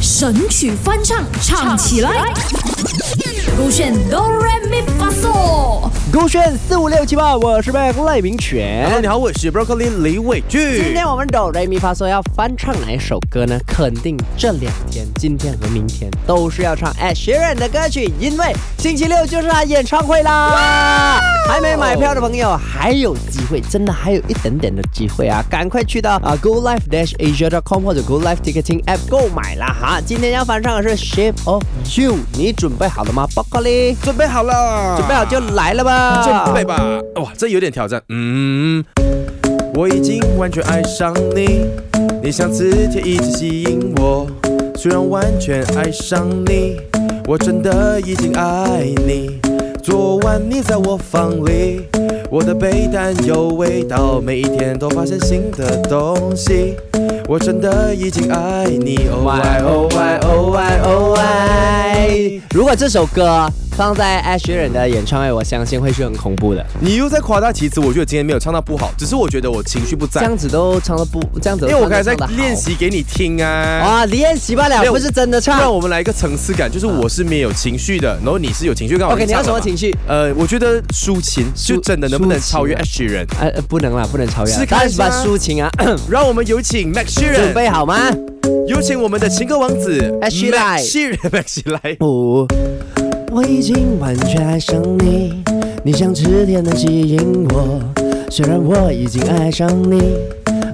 神曲翻唱，唱起来。勾选哆来咪发嗦，勾选四五六七八，我是 Mac 赖明大全。哎你好，我是 Broccoli 李伟今俊。天我们哆来咪发嗦要翻唱哪一首歌呢？肯定这两天，今天和明天都是要唱 Ed Sheeran 的歌曲，因为星期六就是他演唱会啦。还没买票的朋友还有机会，真的还有一点点的机会啊！赶快去到啊 Go Live Dash Asia.com 或者 Go Live Ticketing App 购买啦哈！今天要翻唱的是 Shape of You，你准备好了吗？Broccoli，准备好了，准备好就来了吧！准备吧。哇，这有点挑战。嗯，我已经完全爱上你，你像磁铁一直吸引我。虽然完全爱上你，我真的已经爱你。昨晚你在我房里，我的被单有味道，每一天都发现新的东西。我真的已经爱你，Oh I Oh I Oh I Oh I。如果这首歌放在 Ed Sheeran 的演唱会，我相信会是很恐怖的。你又在夸大其词，我觉得今天没有唱到不好，只是我觉得我情绪不这在，样子都唱的不，这样子因都为我刚才在唱得好练习给你听啊。啊，练习罢了，没有不是真的让唱。我们来一个层次感，就是我是没有情绪的，然后你是有情绪。刚好 OK，你要唱什了么嘛情？绪？呃，我觉得抒情抒就真的能不能超越抒 H 人？呃，呃不能啦，不能超越啊。试看但一是下把啊抒情啊，让我们有请 Max 准 Sheeran，备好吗？有请我们的情歌王子 Max Sheeran Max Sheeran，Max Sheeran。五，我已经完全爱上你，你像磁铁的吸引我。虽然我已经爱上你，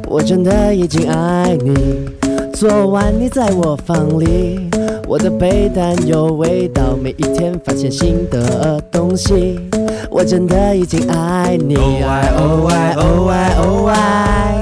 我真的已经爱你。昨晚你在我房里，我的被单有味道，每一天发现新的东西。我真的已经爱你哦爱哦爱哦爱哦爱。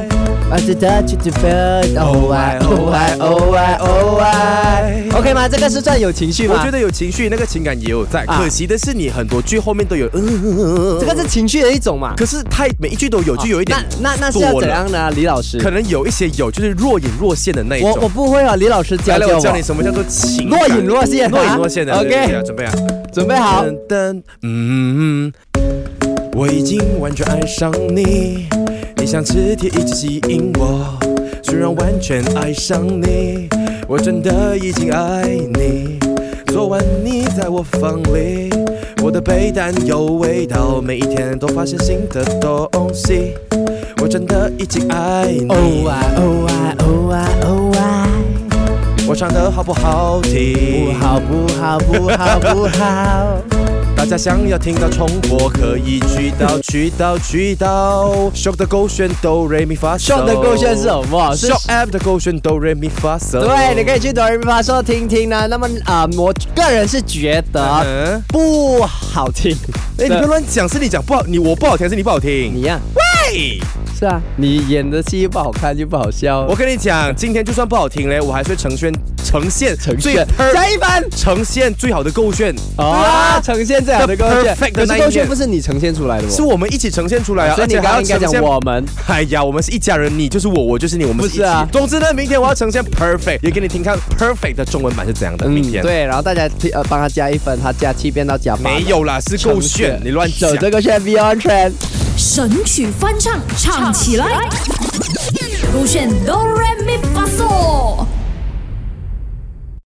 I did that to feel oh I oh I oh I oh I OK 吗？这个是算有情绪吗？我觉得有情绪，那个情感也有在。啊可惜的是，你很多句后面都有，嗯，这个是情绪的一种嘛。可是太每一句都有，就有一点那那那是要多了怎样呢？李老师，可能有一些有，就是若隐若现的那一我种。我不会啊，李老师教来来，教我我。教你什么叫做情感若隐若现啊若隐若现的。 OK 对对对准备啊，准备好。噔噔，嗯，我已经完全爱上你，你像磁铁一直吸引我。虽然完全爱上你，我真的已经爱你。昨晚你在我房里，我的被单有味道，每一天都发现新的东西。我真的已经爱你。哦啊哦啊哦啊哦啊，我唱的好不好听？不。好不好不好不好。大家想要听到重播，可以去到去到去到 Shock 的勾选哆瑞咪发嗦。 Shock 的勾选是什么是？Shock App 的勾选哆瑞咪发嗦。对，你可以。以去哆来咪发嗦听听呢。那么啊，我个人是觉得啊嗯，不好听。哎，你不要乱讲，是你讲不好，你我不好听，还是你不好听你。呀，喂，是啊，你演的戏又不好看又不好笑。我跟你讲，今天就算不好听嘞，我还是会呈现呈现呈最现 per- 加一分。呈现最好的勾选。啊，呈现最好的勾 The 选， perfect 可的那是一勾选面不是你呈现出来的哦，是我们一起呈现出来啊，所以你而且刚还刚要应该呈讲现我们。哎呀，我们是一家人，你就是我，我就是你，我们是一不起。是啊总之呢，明天我要呈现 perfect，也给你听看 perfect 的中文版是怎样的。明天、，嗯对，然后大家替呃帮他加一分，他加七变到加八。没有啦，是程够序，炫，你乱讲走。这个炫 Beyond Trend。神曲翻唱，唱起来。勾选哆来咪发嗦。